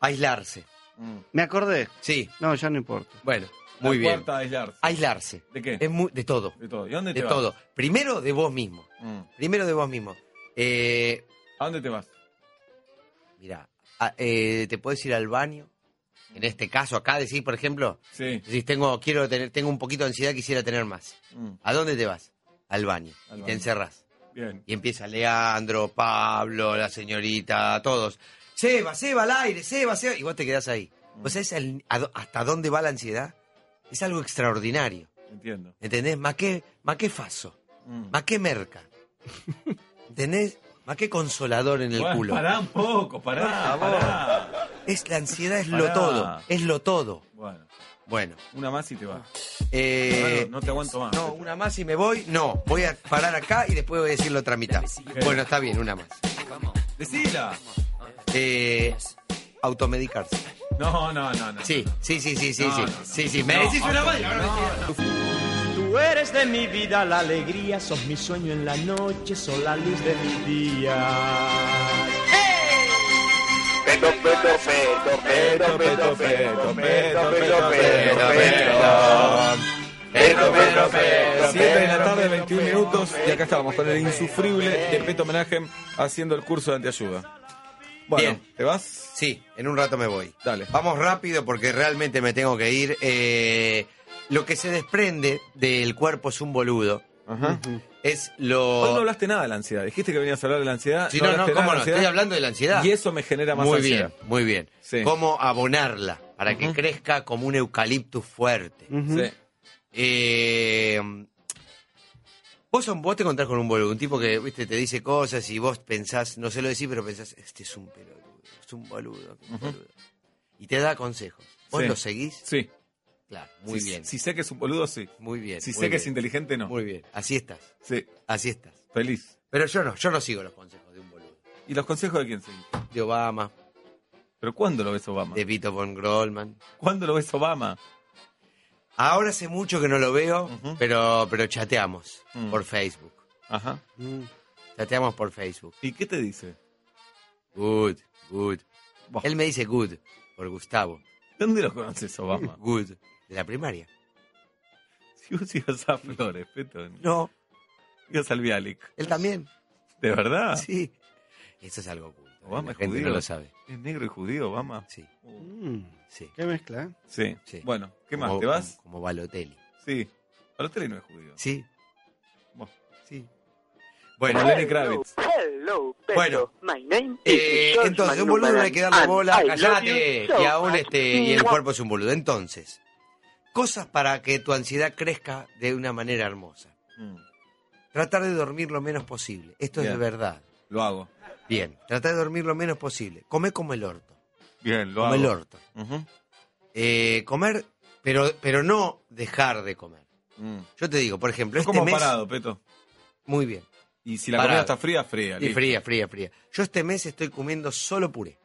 S4: Aislarse.
S2: Mm.
S5: Me acordé.
S4: Sí,
S5: No, ya no importa.
S4: bueno, muy
S2: la
S4: bien.
S2: Cuarta, aislarse.
S4: Aislarse.
S2: ¿De qué?
S4: Es muy, de todo.
S2: De todo. ¿Y dónde
S4: De
S2: te vas?
S4: todo. Primero de vos mismo.
S2: Mm.
S4: Primero de vos mismo. Eh,
S2: ¿A dónde te vas?
S4: mira, a- eh, te puedes ir al baño. En este caso, acá decís, por ejemplo,
S2: Sí.
S4: decís, tengo, quiero tener, tengo un poquito de ansiedad, quisiera tener más.
S2: Mm.
S4: ¿A dónde te vas? Al baño.
S2: Al
S4: y
S2: baño.
S4: te encerrás.
S2: Bien.
S4: Y empieza Leandro, Pablo, la señorita, todos. Seba, Seba al aire, Seba, Seba. Y vos te quedás ahí.
S2: Mm.
S4: ¿Vos sabés al- a do- hasta dónde va la ansiedad? Es algo extraordinario.
S2: Entiendo.
S4: ¿Entendés? Ma qué, ma qué faso,
S2: Mm.
S4: ma qué merca. ¿Entendés? Ma qué consolador en el
S2: Bueno,
S4: culo.
S2: Pará un poco, pará, pará.
S4: Es la ansiedad, es
S2: Pará.
S4: lo todo, es lo todo.
S2: Bueno,
S4: Bueno,
S2: una más y te vas.
S4: eh,
S2: Claro, no te aguanto más.
S4: no, una más y me voy. No, voy a parar acá y después voy a decir la otra mitad. Bueno, está bien, una más.
S2: Decila.
S4: Eh, automedicarse.
S2: No, no, no, no.
S4: Sí, sí, sí, sí, sí,
S2: No,
S4: sí,
S2: no, no.
S4: sí, sí. Me
S2: No,
S4: decís una
S2: ok,
S4: más.
S2: no, no.
S10: Tú eres de mi vida la alegría, sos mi sueño en la noche, sos la luz de mis días.
S1: Peto, peto, peto, peto, peto, peto, peto, peto, peto, peto, peto. Peto, peto, peto,
S2: 7 de la
S1: peto,
S2: tarde,
S1: peto,
S2: 21
S1: peto,
S2: minutos, y acá
S1: peto,
S2: estábamos con el
S1: peto,
S2: insufrible de
S1: peto.
S2: Peto Homenaje haciendo el curso de antiayuda. Bueno,
S4: Bien.
S2: ¿te vas?
S4: Sí, en un rato me voy.
S2: Dale.
S4: Vamos rápido porque realmente me tengo que ir. Eh, lo que se desprende del cuerpo es un boludo.
S2: Ajá.
S4: Es
S2: Hoy no
S4: lo.
S2: hablaste nada de la ansiedad. Dijiste que venías a hablar de la ansiedad.
S4: Si no, no,
S2: hablaste nada
S4: cómo
S2: de
S4: no,
S2: la
S4: estoy
S2: ansiedad,
S4: hablando de la ansiedad.
S2: Y eso me genera más
S4: muy
S2: ansiedad.
S4: bien, muy bien.
S2: Sí.
S4: Cómo abonarla para que
S2: Ujú.
S4: crezca como un eucaliptus fuerte.
S5: Ujú.
S2: Sí.
S4: Eh, vos, son- vos te encontrás con un boludo, un tipo que viste, te dice cosas y vos pensás, no sé lo decís, pero pensás, este es un pelotudo, es un boludo, un boludo. Y te da consejos. ¿Vos
S2: Sí.
S4: lo seguís?
S2: Sí.
S4: Claro, muy
S2: Si-
S4: bien.
S2: Si sé que es un boludo, sí.
S4: muy bien.
S2: Si
S4: muy
S2: sé que es
S4: bien.
S2: inteligente, no.
S4: Muy bien. Así estás,
S2: Sí,
S4: así estás.
S2: feliz.
S4: Pero yo no, yo no sigo los consejos de un boludo.
S2: ¿Y los consejos de quién seguís?
S4: De Obama,
S2: ¿Pero cuándo lo ves Obama?
S4: de Vito von Grolman.
S2: ¿Cuándo lo ves Obama?
S4: Ahora hace mucho que no lo veo,
S2: Ujú.
S4: pero, pero chateamos
S2: Mm.
S4: por Facebook.
S2: Ajá.
S4: Chateamos por Facebook.
S2: ¿Y qué te dice?
S4: Good, good.
S2: Buah.
S4: Él me dice good por Gustavo.
S2: ¿Dónde lo conoces Obama?
S4: Good. De la primaria.
S2: Si vos ibas a Flores, Petón.
S4: No,
S2: Ibas al Bialik.
S4: él también.
S2: ¿De verdad?
S4: Sí. Eso es algo oculto.
S2: Obama
S4: la
S2: es
S4: gente
S2: judío.
S4: no lo sabe.
S2: ¿Es negro y judío Obama?
S4: Sí,
S5: Mm,
S4: sí.
S5: qué mezcla, ¿eh?
S2: Sí.
S4: Sí.
S2: Bueno, ¿qué más?
S4: Como-
S2: ¿Te vas?
S4: Como Balotelli.
S2: Sí. Balotelli no es judío.
S4: Sí.
S2: Buah.
S4: Sí.
S2: Bueno,
S4: Bueno,
S2: Lenny Kravitz.
S10: Hello, Beto.
S4: Bueno.
S10: My name is
S4: eh,
S10: George
S4: entonces, un
S10: Manu
S4: boludo no hay
S10: Baran,
S4: que darle
S10: and
S4: bola,
S10: I love
S4: callate,
S10: you so
S4: y aún
S10: much.
S4: este, y el cuerpo es un boludo. Entonces, cosas para que tu ansiedad crezca de una manera hermosa.
S2: Mm,
S4: Tratar de dormir lo menos posible. Esto es
S2: Bien.
S4: de verdad.
S2: Lo hago.
S4: Bien, tratar de dormir lo menos posible. Come como el orto.
S2: Bien, lo
S4: Como
S2: hago.
S4: el orto.
S2: Ujú.
S4: Eh, comer, pero, pero no dejar de comer.
S2: Mm.
S4: Yo te digo, por ejemplo,
S2: Yo
S4: este
S2: como
S4: mes.
S2: parado, Peto.
S4: Muy bien.
S2: Y si la
S4: Parado.
S2: comida está fría, fría.
S4: Y
S2: listo.
S4: fría, fría, fría. Yo este mes estoy comiendo solo puré.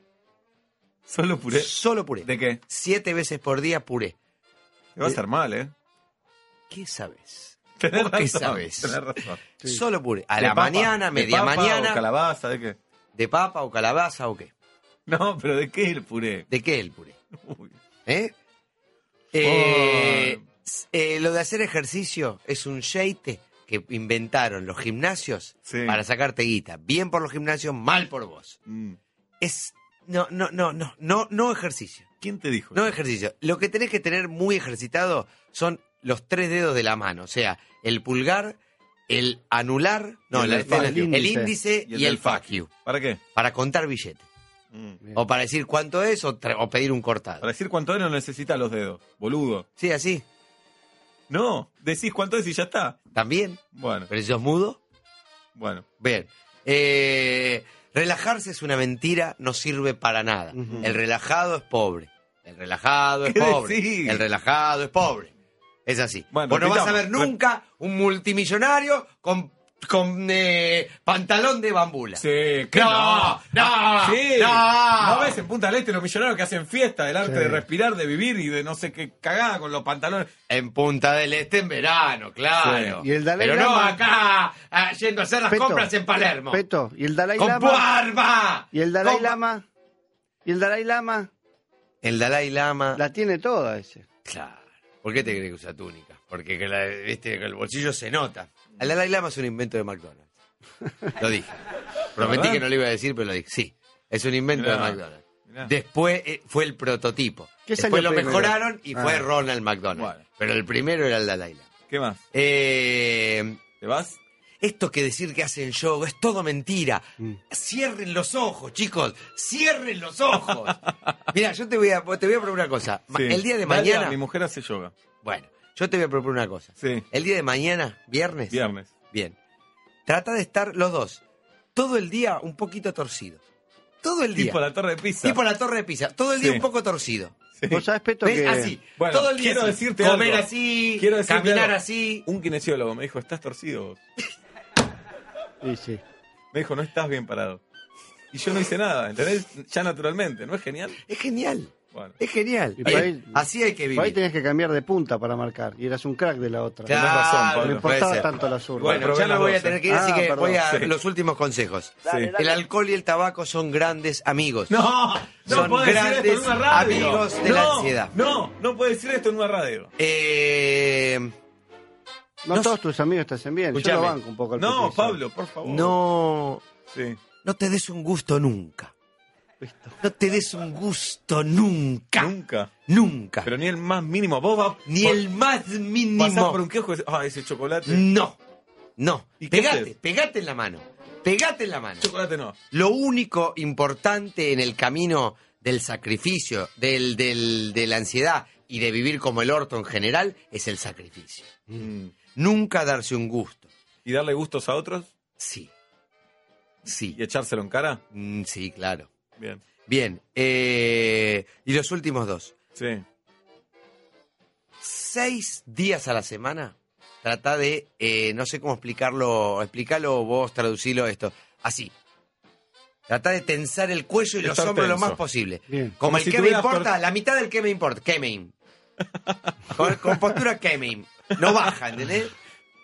S2: Solo puré.
S4: Solo puré.
S2: ¿De qué?
S4: Siete veces por día puré.
S2: Te va a hacer mal, ¿eh?
S4: ¿Qué sabes?
S2: Tenés
S4: ¿Vos ¿Qué
S2: razón,
S4: sabes?
S2: tenés razón. Sí.
S4: Solo puré. A
S2: ¿De
S4: la
S2: papa?
S4: mañana,
S2: ¿De
S4: media
S2: papa
S4: mañana.
S2: o calabaza, ¿de qué?
S4: ¿De papa o calabaza o qué?
S2: No, pero ¿de qué el puré?
S4: ¿De qué el puré?
S2: Uy.
S4: ¿Eh? Eh, eh, lo de hacer ejercicio es un sheite que inventaron los gimnasios
S2: Sí.
S4: para sacarte guita. Bien por los gimnasios, mal por vos.
S2: Mm.
S4: Es no, no, no, no, no, no ejercicio.
S2: ¿Quién te dijo?
S4: No
S2: eso?
S4: ejercicio. Lo que tenés que tener muy ejercitado son los tres dedos de la mano, o sea, el pulgar, el anular, no,
S2: Y el
S4: la-
S2: del fuck
S4: el,
S2: you.
S4: el índice y el,
S2: del
S4: fuck you,
S2: ¿Para qué?
S4: para contar billetes.
S2: Mm.
S4: O para decir cuánto es o, tra- o pedir un cortado.
S2: Para decir cuánto es no necesitas los dedos, boludo.
S4: Sí, así.
S2: No, decís cuánto es y ya está.
S4: También.
S2: Bueno,
S4: Pero si sos mudo,
S2: bueno.
S4: bien. Eh, relajarse es una mentira, no sirve para nada. El relajado es pobre. El relajado es
S2: ¿Qué
S4: pobre.
S2: decís?
S4: El relajado es pobre. Es así.
S2: Bueno,
S4: Vos no vas a ver
S2: repitamos.
S4: nunca un multimillonario con, con eh, pantalón de bambula.
S2: Sí, que
S4: No, no,
S2: sí.
S4: no.
S2: ves en Punta del Este los millonarios que hacen fiesta del arte de respirar, de vivir y de no sé qué cagada con los pantalones?
S4: En Punta del Este en verano, claro.
S5: Sí. Y el Dalai
S4: Pero no
S5: Lama-
S4: acá, ah, yendo a hacer las
S5: Peto,
S4: compras en Palermo.
S5: Peto, ¿y el Dalai
S4: ¡Con
S5: Lama?
S4: barba!
S5: ¿Y el Dalai
S4: Con-
S5: Lama? ¿Y el Dalai Lama?
S4: El Dalai Lama.
S5: La tiene toda ese.
S4: Claro. ¿Por qué te crees que usa túnica? Porque que la- viste, que el bolsillo se nota. El Dalai Lama es un invento de McDonald's. Lo dije. Prometí
S2: verdad?
S4: que no lo iba a decir, pero lo dije. Sí, es un invento
S2: Mirá,
S4: de McDonald's.
S2: mirá.
S4: Después eh, fue el prototipo.
S5: ¿Qué
S4: Después
S5: salió
S4: lo
S5: primero?
S4: mejoraron y fue
S5: Ah.
S4: Ronald McDonald.
S2: Bueno.
S4: Pero el primero era el Dalai Lama.
S2: ¿Qué más?
S4: Eh,
S2: ¿Te vas?
S4: esto que decir que hacen yoga es todo mentira.
S5: Mm.
S4: Cierren los ojos, chicos. Cierren los ojos. Mira, yo te voy a te voy a proponer una cosa. Ma-
S2: Sí.
S4: El día de
S2: Dalia,
S4: mañana,
S2: mi mujer hace yoga.
S4: bueno, yo te voy a proponer una cosa.
S2: Sí.
S4: El día de mañana, viernes,
S2: Viernes.
S4: bien. Trata de estar los dos todo el día un poquito torcido. Todo el día.
S2: Tipo la torre de pizza.
S4: Tipo la torre de pizza. Todo el día
S2: Sí.
S4: un poco torcido.
S2: Sí.
S5: ¿Vos sabés, Peto,
S4: ¿Ves?
S5: que
S4: Así.
S2: Bueno,
S4: todo el día
S2: quiero
S4: así.
S2: decirte
S4: comer
S2: algo.
S4: así,
S2: Quiero decirte
S4: caminar
S2: algo.
S4: así.
S2: Un kinesiólogo me dijo, estás torcido vos.
S5: Sí, sí.
S2: Me dijo, no estás bien parado. Y yo no hice nada, ¿entendés? Ya naturalmente, ¿no es genial?
S4: Es genial.
S2: Bueno.
S4: Es genial.
S5: Y por ahí-
S4: así hay que
S5: Por ahí
S4: vivir.
S5: tenías que cambiar de punta para marcar y eras un crack de la otra.
S4: Claro,
S2: razón,
S5: No
S2: Pablo.
S4: puede
S5: importaba
S4: ser.
S5: tanto la zurda.
S2: Bueno,
S4: Bueno, ya
S2: probé
S4: me
S2: las
S4: voy a
S2: dos,
S4: tener que ir,
S5: ¿eh?
S4: así
S5: Ah,
S4: que
S5: perdón.
S4: voy a
S2: Sí.
S4: los últimos consejos.
S2: Sí.
S4: El alcohol y el tabaco son grandes amigos.
S2: No, no
S4: Son
S2: puedes decir esto en
S4: grandes
S2: una radio.
S4: amigos de
S2: no,
S4: la ansiedad.
S2: No, no puedes decir esto en una radio.
S4: Eh,
S5: No,
S4: No
S5: todos tus amigos te hacen bien. Yo
S4: Escuchame.
S5: lo banco un poco. al
S2: No,
S5: petiso.
S2: Pablo, por favor.
S4: no,
S2: Sí.
S4: no te des un gusto nunca. No te des un gusto nunca.
S2: Nunca.
S4: Nunca.
S2: Pero ni el más mínimo. Vos vas
S4: Ni
S2: por-
S4: el más
S2: pasás
S4: mínimo. Mm.
S2: por un kiosco y decís, ah, ese chocolate.
S4: No. No.
S2: ¿Y qué
S4: Pegate,
S2: haces?
S4: pegate en la mano. Pegate en la mano.
S2: Chocolate no.
S4: Lo único importante en el camino del sacrificio, del, del- de la ansiedad y de vivir como el orto en general es el sacrificio. Nunca darse un gusto.
S2: Mm. Y darle gustos a otros
S4: Sí. Sí.
S2: y echárselo en cara.
S4: Mm, sí, claro.
S2: Bien.
S4: Bien. eh, y los últimos dos.
S2: Sí.
S4: Seis días a la semana. Trata de, eh, no sé cómo explicarlo, explícalo vos, traducilo esto. Así. Trata de tensar el cuello y los
S2: Estar
S4: hombros lo
S2: tenso.
S4: más posible.
S5: Bien.
S4: Como,
S2: Como
S4: el
S2: si
S4: que me
S2: tuvieras
S4: importa,
S2: tor-
S4: la mitad del que me importa. Kemeim. Con, con postura Kemeim. No baja, ¿entendés?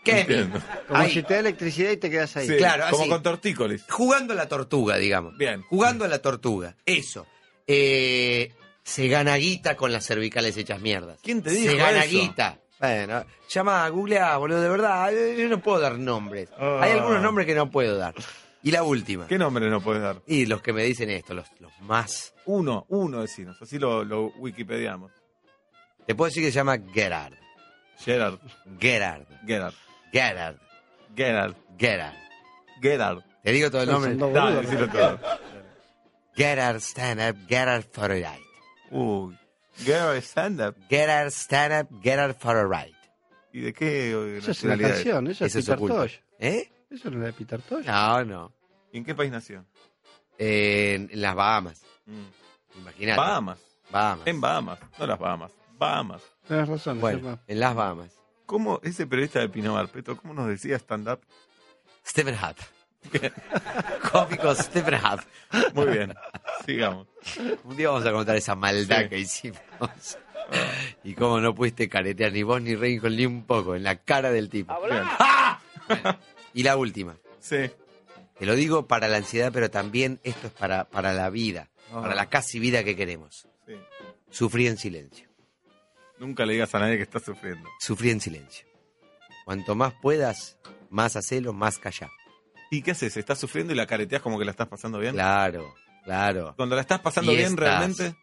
S4: Kemeim.
S2: Entiendo.
S5: Como
S4: Ahí.
S5: si te da electricidad y te quedas ahí.
S2: Sí,
S4: Claro,
S2: como
S4: así.
S2: con tortícolis.
S4: Jugando a la tortuga, digamos.
S2: Bien.
S4: Jugando a la tortuga. Eso. Eh, se gana guita con las cervicales hechas mierdas.
S2: ¿Quién te dijo
S4: Se gana
S2: eso?
S4: guita. Bueno, llama, googlea, boludo, de verdad. eh, Yo no puedo dar nombres.
S2: Ah.
S4: Hay algunos nombres que no puedo dar. Oh. Y la última.
S2: ¿Qué nombre no puedes dar?
S4: Y los que me dicen esto, los, los más.
S2: Uno, uno decinos. Así lo, lo wikipediamos.
S4: Te puedo decir que se llama Gerard.
S2: Gerard.
S4: Gerard.
S2: Gerard.
S4: Gerard.
S2: Gerard.
S4: Gerard.
S2: Gerard.
S4: Te digo todo el
S5: Son
S4: nombre.
S5: dos
S2: Dale,
S5: boludos,
S2: decilo todo.
S4: Gerard Stand Up, Gerard for a Ride.
S2: Uy. Gerard stand-up.
S4: Gerard Stand Up, Gerard for a Ride.
S2: ¿Y de qué eh,
S5: Eso es una
S2: nacionalidad es?
S5: canción, eso es
S4: Ese es
S5: Peter
S4: oculto.
S5: Tosh.
S4: ¿Eh?
S5: Eso no era de Peter Tosh.
S4: No, no.
S2: ¿Y en qué país nació?
S4: En, en las Bahamas.
S2: Mm.
S4: Imagínate.
S2: Bahamas.
S4: Bahamas.
S2: En Bahamas. No las Bahamas. Bahamas.
S5: Tenés razón. es
S4: Bueno,
S5: verdad.
S4: en las Bahamas.
S2: ¿Cómo ese periodista de Pinamar, Peto, cómo nos decía stand-up?
S4: Stephen Hutt. Cómico Stephen Hutt.
S2: Muy bien. Sigamos.
S4: Un día vamos a contar esa maldad
S2: Sí.
S4: que hicimos. Y cómo no pudiste caretear ni vos ni Reinhold ni un poco en la cara del tipo.
S2: ¡Habla!
S4: ¡Ah! Bueno, y la última.
S2: Sí.
S4: Te lo digo para la ansiedad, pero también esto es para, para la vida,
S2: Ajá.
S4: para la casi vida que queremos.
S2: Sí.
S4: Sufrí en silencio.
S2: Nunca le digas a nadie que estás sufriendo.
S4: Sufrí en silencio. Cuanto más puedas, más hacelo, más callá.
S2: ¿Y qué haces? ¿Estás sufriendo y la careteas como que la estás pasando bien?
S4: Claro, claro.
S2: Cuando la estás pasando
S4: Y
S2: bien
S4: estás.
S2: realmente.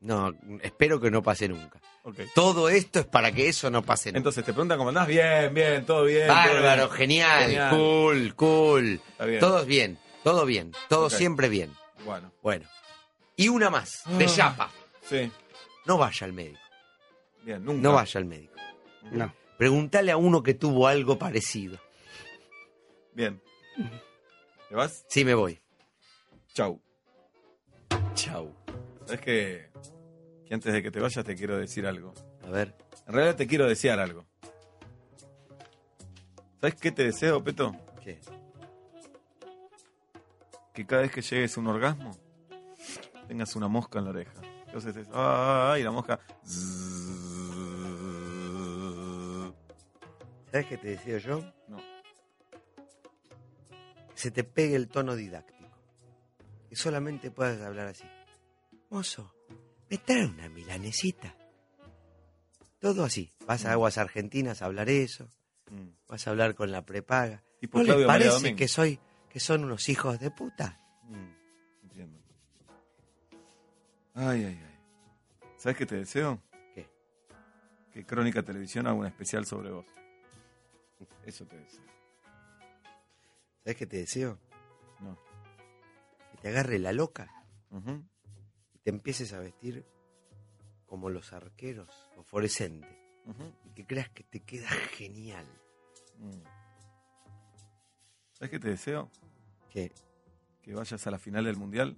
S4: No, espero que no pase nunca.
S2: Ok.
S4: Todo esto es para que eso no pase nunca.
S2: Entonces te preguntan cómo andás. Bien, bien, todo bien. todo
S4: Bárbaro,
S2: bien.
S4: genial,
S2: Genial.
S4: cool, cool.
S2: Está bien.
S4: Todos bien, todo bien, todo
S2: Ok.
S4: siempre bien.
S2: Bueno,
S4: Bueno. Y una más, de
S2: Ah.
S4: chapa.
S2: sí.
S4: No vaya al médico.
S2: Bien, nunca.
S4: No vaya al médico.
S5: No.
S4: Pregúntale a uno que tuvo algo parecido.
S2: Bien. ¿Te vas?
S4: Sí, me voy.
S2: Chau.
S4: Chau.
S2: Sabes que, que antes de que te vayas te quiero decir algo.
S4: A ver.
S2: En realidad te quiero desear algo. ¿Sabes qué te deseo, Peto?
S4: ¿qué?
S2: Que cada vez que llegues a un orgasmo, tengas una mosca en la oreja. Entonces es. "Ah, ¡Ay! La mosca.
S4: ¿Sabes qué te decía yo?
S2: No.
S4: Se te pegue el tono didáctico. Que solamente puedas hablar así. Mozo, me trae una milanesita. Todo así. Vas a aguas argentinas a hablar eso.
S2: Mm.
S4: Vas a hablar con la prepaga.
S2: Tipo
S4: ¿No les
S2: Claudio María
S4: parece
S2: Domínguez.
S4: que soy que son unos hijos de puta?
S2: Mm, Entiendo. Ay, ay, ay. ¿Sabes qué te deseo?
S4: ¿Qué?
S2: Que Crónica Televisión haga un especial sobre vos. Eso te deseo.
S4: ¿Sabes qué te deseo?
S2: No.
S4: Que te agarre la loca
S2: Ujú.
S4: y te empieces a vestir como los arqueros, o fluorescente.
S2: Ujú.
S4: Y que creas que te queda genial.
S2: Mm. ¿Sabes qué te deseo?
S4: Que
S2: Que vayas a la final del mundial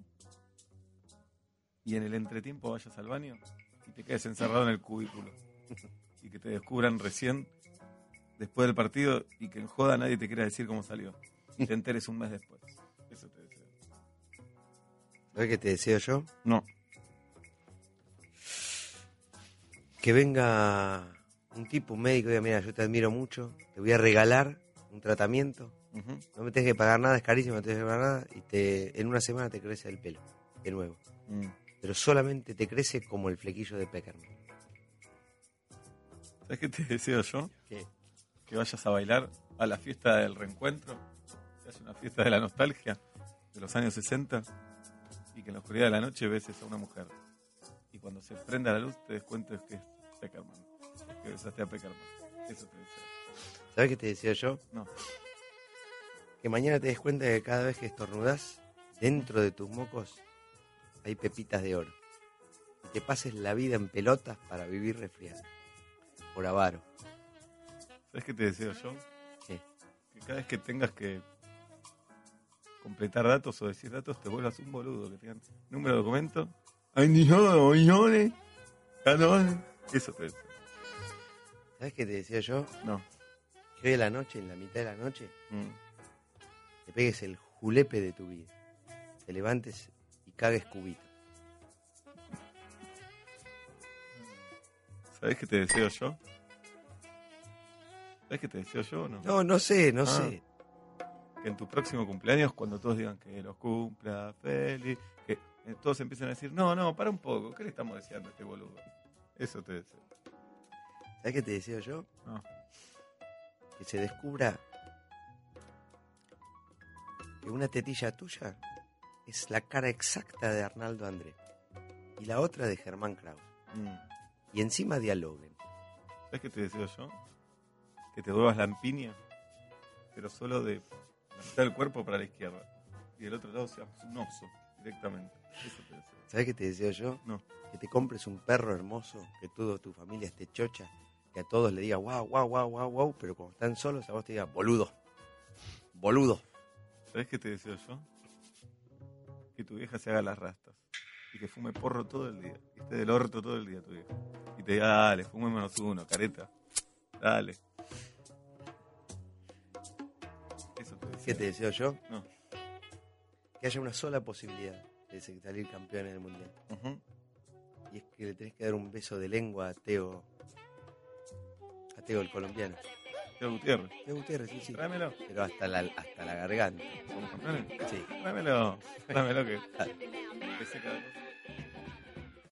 S2: y en el entretiempo vayas al baño y te quedes encerrado en el cubículo. Y que te descubran recién después del partido y que en joda nadie te quiera decir cómo salió. Y te enteres un mes después. Eso te deseo.
S4: ¿Sabes qué te deseo yo?
S2: No.
S4: Que venga un tipo, un médico, y diga, mira, yo te admiro mucho, te voy a regalar un tratamiento,
S2: Ujú.
S4: no me tenés que pagar nada, es carísimo, no tenés que pagar nada, y te, en una semana te crece el pelo, de nuevo.
S2: Mm.
S4: Pero solamente te crece como el flequillo de Peckerman.
S2: ¿Sabes qué te deseo yo?
S4: ¿Qué?
S2: Que vayas a bailar a la fiesta del reencuentro. Que haya una fiesta de la nostalgia de los años 60 y que en la oscuridad de la noche beses a una mujer. Y cuando se prenda la luz te des cuenta que es Peckerman. Que besaste a Peckerman. Eso te deseo.
S4: ¿Sabes qué te deseo yo?
S2: No.
S4: Que mañana te des cuenta que cada vez que estornudás, dentro de tus mocos hay pepitas de oro. Y te pases la vida en pelotas para vivir resfriado. Por avaro.
S2: ¿Sabes qué te deseo yo?
S4: ¿Qué?
S2: Que cada vez que tengas que completar datos o decir datos te vuelvas un boludo. Que tengan número de documento. Ay, niño, niñones, canones. Eso te deseo.
S4: ¿Sabes qué te deseo yo?
S2: No.
S4: Que hoy a la noche, en la mitad de la noche,
S2: Mm.
S4: te pegues el julepe de tu vida. Te levantes y cagues cubito.
S2: ¿Sabés qué te deseo yo? ¿Sabés qué te deseo yo o no?
S4: No, no sé, no
S2: Ah.
S4: sé.
S2: Que en tu próximo cumpleaños, cuando todos digan que los cumpla feliz, que eh, todos empiecen a decir, no, no, para un poco, ¿qué le estamos deseando a este boludo? Eso te deseo.
S4: ¿Sabes qué te deseo yo?
S2: No.
S4: Que se descubra que una tetilla tuya es la cara exacta de Arnaldo André y la otra de Germán Kraus.
S2: Mm.
S4: Y encima dialoguen.
S2: ¿Sabés qué te deseo yo? Que te duermas la empiña, pero solo de la mitad del cuerpo para la izquierda. Y del otro lado seas un oso, directamente. Eso te deseo.
S4: ¿Sabes qué te deseo yo?
S2: No.
S4: Que te compres un perro hermoso, que toda tu familia esté chocha, que a todos le diga wow, wow, wow, wow, wow, pero cuando están solos a vos te diga boludo, boludo.
S2: ¿Sabes qué te deseo yo? Que tu vieja se haga las rastas. Y que fume porro todo el día. Y esté del orto todo el día tu vieja. Y te diga, dale, fume menos uno, careta. Dale. Eso te deseo.
S4: ¿Qué te deseo yo?
S2: No.
S4: Que haya una sola posibilidad de salir campeón en el mundial.
S2: Ujú.
S4: Y es que le tenés que dar un beso de lengua a Teo. A Teo, el colombiano.
S2: Teo Gutiérrez.
S4: Teo Gutiérrez, sí, sí.
S2: Tráemelo.
S4: Pero hasta la, hasta la garganta.
S2: ¿Somos campeones?
S4: Sí.
S2: Dámelo, dámelo que.
S4: Ah.
S2: que se cae.